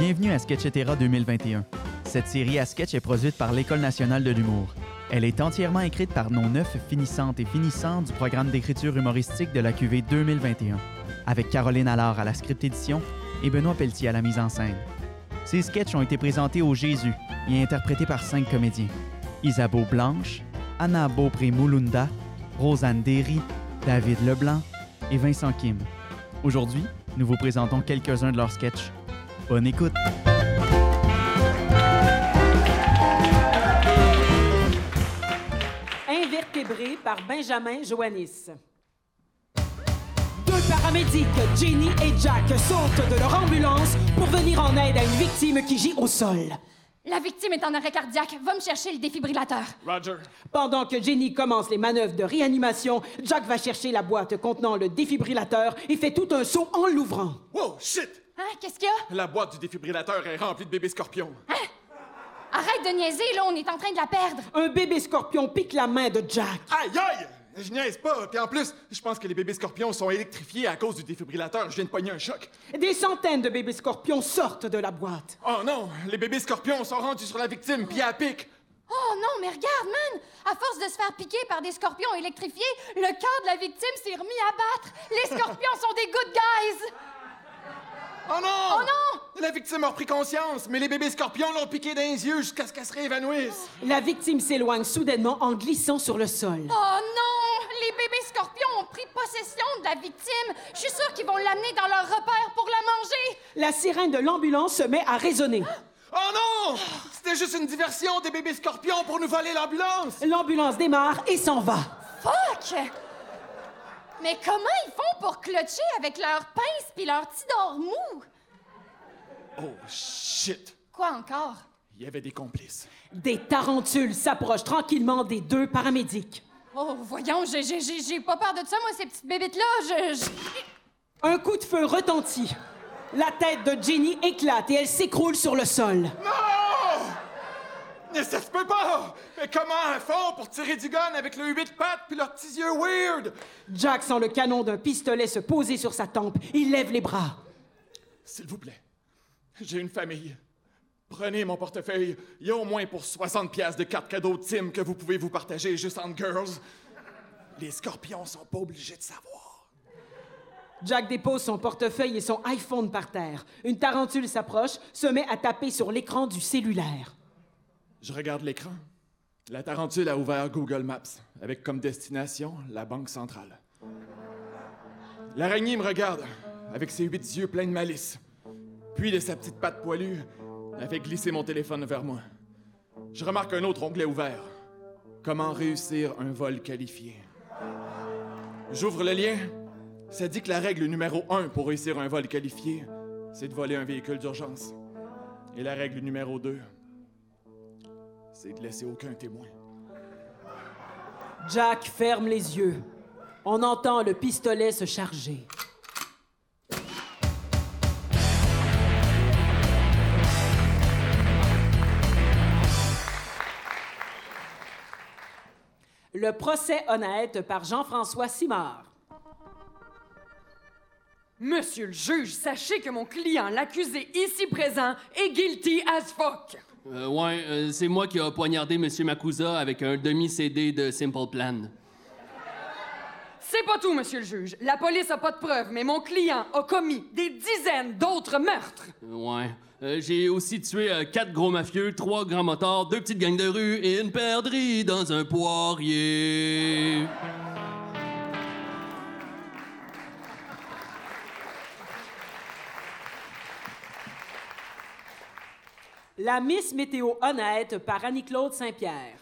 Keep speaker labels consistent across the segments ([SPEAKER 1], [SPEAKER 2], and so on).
[SPEAKER 1] Bienvenue à Sketchetera 2021. Cette série à sketch est produite par l'École nationale de l'humour. Elle est entièrement écrite par nos neuf finissantes et finissants du programme d'écriture humoristique de la QV 2021, avec Caroline Allard à la script édition et Benoît Pelletier à la mise en scène. Ces sketchs ont été présentés au Jésus et interprétés par cinq comédiens. Isabeau Blanche, Anna Beaupré-Moulunda, Rosanne Derry, David Leblanc et Vincent Kim. Aujourd'hui, nous vous présentons quelques-uns de leurs sketchs. Bonne écoute!
[SPEAKER 2] Invertébré par Benjamin Joannis. Deux paramédics, Jenny et Jack, sautent de leur ambulance pour venir en aide à une victime qui gît au sol.
[SPEAKER 3] La victime est en arrêt cardiaque. Va me chercher le défibrillateur.
[SPEAKER 4] Roger.
[SPEAKER 2] Pendant que Jenny commence les manœuvres de réanimation, Jack va chercher la boîte contenant le défibrillateur et fait tout un saut en l'ouvrant.
[SPEAKER 4] Wow, shit!
[SPEAKER 3] Hein? Qu'est-ce qu'il y a?
[SPEAKER 4] La boîte du défibrillateur est remplie de bébés scorpions.
[SPEAKER 3] Arrête de niaiser, là, on est en train de la perdre.
[SPEAKER 2] Un bébé scorpion pique la main de Jack.
[SPEAKER 4] Aïe, aïe! Je niaise pas. Puis en plus, je pense que les bébés scorpions sont électrifiés à cause du défibrillateur. Je viens de pogner un choc.
[SPEAKER 2] Des centaines de bébés scorpions sortent de la boîte.
[SPEAKER 4] Oh non! Les bébés scorpions sont rendus sur la victime, puis à pic.
[SPEAKER 3] Oh non, mais regarde, man! À force de se faire piquer par des scorpions électrifiés, le cœur de la victime s'est remis à battre. Les scorpions sont des good guys!
[SPEAKER 4] Oh non!
[SPEAKER 3] Oh non!
[SPEAKER 4] La victime a repris conscience, mais les bébés scorpions l'ont piqué dans les yeux jusqu'à ce qu'elle se réévanouisse.
[SPEAKER 2] La victime s'éloigne soudainement en glissant sur le sol.
[SPEAKER 3] Oh non! Les bébés scorpions ont pris possession de la victime. Je suis sûre qu'ils vont l'amener dans leur repère pour la manger.
[SPEAKER 2] La sirène de l'ambulance se met à résonner.
[SPEAKER 4] Oh non! C'était juste une diversion des bébés scorpions pour nous voler l'ambulance.
[SPEAKER 2] L'ambulance démarre et s'en va.
[SPEAKER 3] Fuck! Mais comment ils font pour clutcher avec leurs pinces puis leurs petits dors mous?
[SPEAKER 4] Oh shit!
[SPEAKER 3] Quoi encore?
[SPEAKER 4] Il y avait des complices.
[SPEAKER 2] Des tarentules s'approchent tranquillement des deux paramédics.
[SPEAKER 3] Oh, voyons, j'ai- j'ai j'ai- j'ai pas peur de ça, moi, ces petites bébites-là. Je, je-
[SPEAKER 2] Un coup de feu retentit. La tête de Jenny éclate et elle s'écroule sur le sol.
[SPEAKER 4] Non! Mais ça se peut pas! Mais comment elles font pour tirer du gun avec le huit pattes puis leurs petits yeux weird?
[SPEAKER 2] Jack sent le canon d'un pistolet se poser sur sa tempe. Il lève les bras.
[SPEAKER 4] S'il vous plaît, j'ai une famille. Prenez mon portefeuille. Il y a au moins pour 60 pièces de cartes cadeaux Tim que vous pouvez vous partager juste entre girls. Les scorpions sont pas obligés de savoir.
[SPEAKER 2] Jack dépose son portefeuille et son iPhone par terre. Une tarentule s'approche, se met à taper sur l'écran du cellulaire.
[SPEAKER 4] Je regarde l'écran. La tarentule a ouvert Google Maps avec comme destination la Banque centrale. L'araignée me regarde avec ses huit yeux pleins de malice. Puis de sa petite patte poilue, elle fait glisser mon téléphone vers moi. Je remarque un autre onglet ouvert. Comment réussir un vol qualifié. J'ouvre le lien. Ça dit que la règle numéro un pour réussir un vol qualifié, c'est de voler un véhicule d'urgence. Et la règle numéro 2, c'est de laisser aucun témoin.
[SPEAKER 2] Jack ferme les yeux. On entend le pistolet se charger. Le procès honnête par Jean-François Simard.
[SPEAKER 5] Monsieur le juge, sachez que mon client, l'accusé ici présent, est guilty as fuck.
[SPEAKER 6] Euh, ouais, euh, c'est moi qui a poignardé Monsieur Makuza avec un demi-CD de Simple Plan.
[SPEAKER 5] C'est pas tout, monsieur le juge. La police a pas de preuves, mais mon client a commis des dizaines d'autres meurtres.
[SPEAKER 6] Euh, ouais. Euh, J'ai aussi tué euh, quatre gros mafieux, trois grands motards, deux petites gangs de rue et une perdrix dans un poirier.
[SPEAKER 2] La Miss Météo honnête par Annie-Claude Saint-Pierre.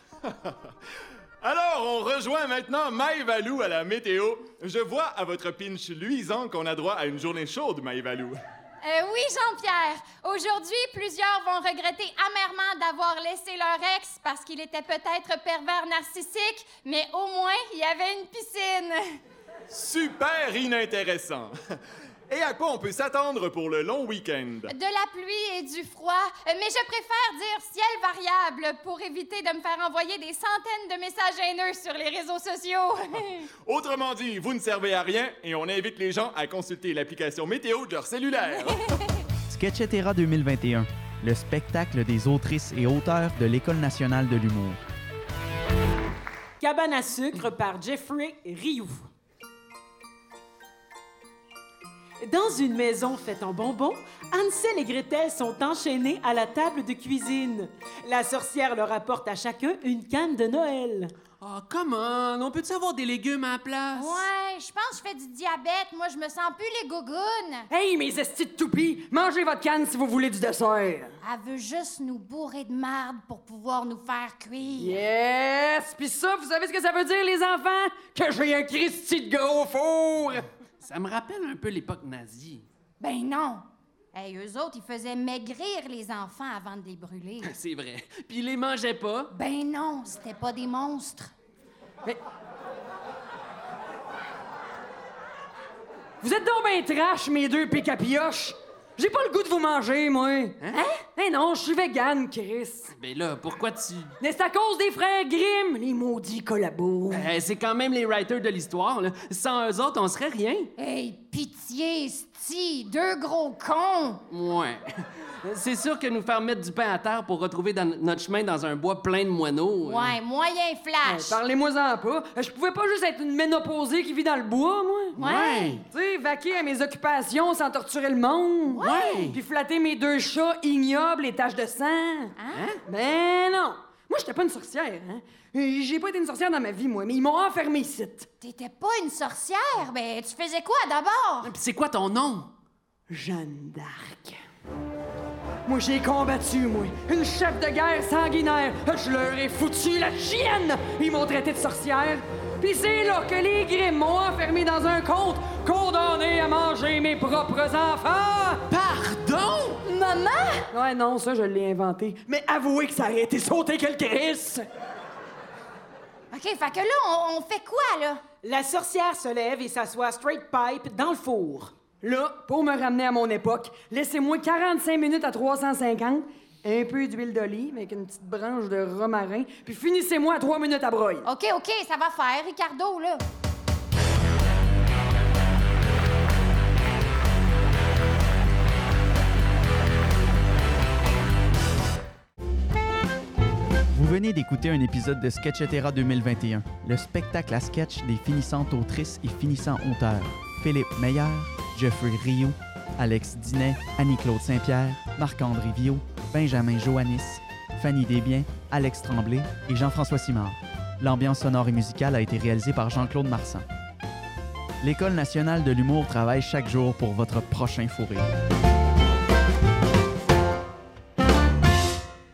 [SPEAKER 4] Alors, on rejoint maintenant Maïvalou à la météo. Je vois à votre pinch luisant qu'on a droit à une journée chaude, Maïvalou.
[SPEAKER 3] Euh, oui, Jean-Pierre. Aujourd'hui, plusieurs vont regretter amèrement d'avoir laissé leur ex parce qu'il était peut-être pervers narcissique, mais au moins, il y avait une piscine.
[SPEAKER 4] Super inintéressant. Et à quoi on peut s'attendre pour le long week-end?
[SPEAKER 3] De la pluie et du froid, euh, mais je préfère dire ciel variable pour éviter de me faire envoyer des centaines de messages haineux sur les réseaux sociaux.
[SPEAKER 4] Autrement dit, vous ne servez à rien et on invite les gens à consulter l'application météo de leur cellulaire.
[SPEAKER 1] Sketchetera 2021, le spectacle des autrices et auteurs de l'École nationale de l'humour.
[SPEAKER 2] Cabane à sucre par Jeffrey Rioux. Dans une maison faite en bonbons, Hansel et Gretel sont enchaînés à la table de cuisine. La sorcière leur apporte à chacun une canne de Noël.
[SPEAKER 6] Ah, come on, on peut-tu avoir des légumes à la place?
[SPEAKER 3] Ouais, je pense que je fais du diabète. Moi, je me sens plus les gougounes.
[SPEAKER 5] Hey, mes estis de toupies, mangez votre canne si vous voulez du dessert.
[SPEAKER 3] Elle veut juste nous bourrer de marde pour pouvoir nous faire cuire.
[SPEAKER 5] Yes! Pis ça, vous savez ce que ça veut dire, les enfants? Que j'ai un Christy de gros four!
[SPEAKER 6] Ça me rappelle un peu l'époque nazie.
[SPEAKER 3] Ben non. Hey, eux autres, ils faisaient maigrir les enfants avant de les brûler.
[SPEAKER 6] C'est vrai. Puis ils les mangeaient pas.
[SPEAKER 3] Ben non, c'était pas des monstres.
[SPEAKER 5] Vous êtes donc ben trash, mes deux pics à pioche! J'ai pas le goût de vous manger, moi! Hein? Eh non, je suis vegan, Chris!
[SPEAKER 6] Mais Ben là, pourquoi tu...
[SPEAKER 5] Mais c'est à cause des frères Grimm, les maudits collabos!
[SPEAKER 6] Eh, c'est quand même les writers de l'histoire, là. Sans eux autres, on serait rien.
[SPEAKER 3] Hey, pitié, sti, deux gros cons.
[SPEAKER 6] Ouais. C'est sûr que nous faire mettre du pain à terre pour retrouver dans- notre chemin dans un bois plein de moineaux. euh,
[SPEAKER 3] Ouais, moyen flash.
[SPEAKER 5] Parlez-moi-en pas. Euh, Je pouvais pas juste être une ménopausée qui vit dans le bois, moi.
[SPEAKER 3] Ouais.
[SPEAKER 5] Tu sais, vaquer à mes occupations sans torturer le monde.
[SPEAKER 6] Ouais.
[SPEAKER 5] Puis flatter mes deux chats ignobles et taches de sang.
[SPEAKER 3] Hein?
[SPEAKER 5] Ben non. Moi, j'étais pas une sorcière, hein. Euh, J'ai pas été une sorcière dans ma vie, moi, mais ils m'ont enfermé ici.
[SPEAKER 3] T'étais pas une sorcière, ben tu faisais quoi d'abord?
[SPEAKER 6] Puis c'est quoi ton nom?
[SPEAKER 5] Jeanne d'Arc. Moi, j'ai combattu, moi. Une chef de guerre sanguinaire. Je leur ai foutu la chienne. Ils m'ont traité de sorcière. Puis c'est là que les Grimm m'ont enfermé dans un conte, condamné à manger mes propres enfants.
[SPEAKER 6] Pardon?
[SPEAKER 5] Maman? Ouais, non, ça, je l'ai inventé. Mais avouez que ça aurait été sauté que le Christ.
[SPEAKER 3] OK, fait que là, on, on fait quoi, là?
[SPEAKER 2] La sorcière se lève et s'assoit straight pipe dans le four.
[SPEAKER 5] Là, pour me ramener à mon époque, laissez-moi 45 minutes à 350, un peu d'huile d'olive avec une petite branche de romarin, puis finissez-moi à 3 minutes à broyer.
[SPEAKER 3] OK, OK, ça va faire, Ricardo, là.
[SPEAKER 1] Vous venez d'écouter un épisode de Sketchetera 2021, le spectacle à sketch des finissantes autrices et finissants auteurs. Philippe Meyer, Jeffrey Rio, Alex Dinet, Annie-Claude Saint-Pierre, Marc-André Viau, Benjamin Joannis, Fanny Desbiens, Alex Tremblay et Jean-François Simard. L'ambiance sonore et musicale a été réalisée par Jean-Claude Marsan. L'École nationale de l'humour travaille chaque jour pour votre prochain fourré.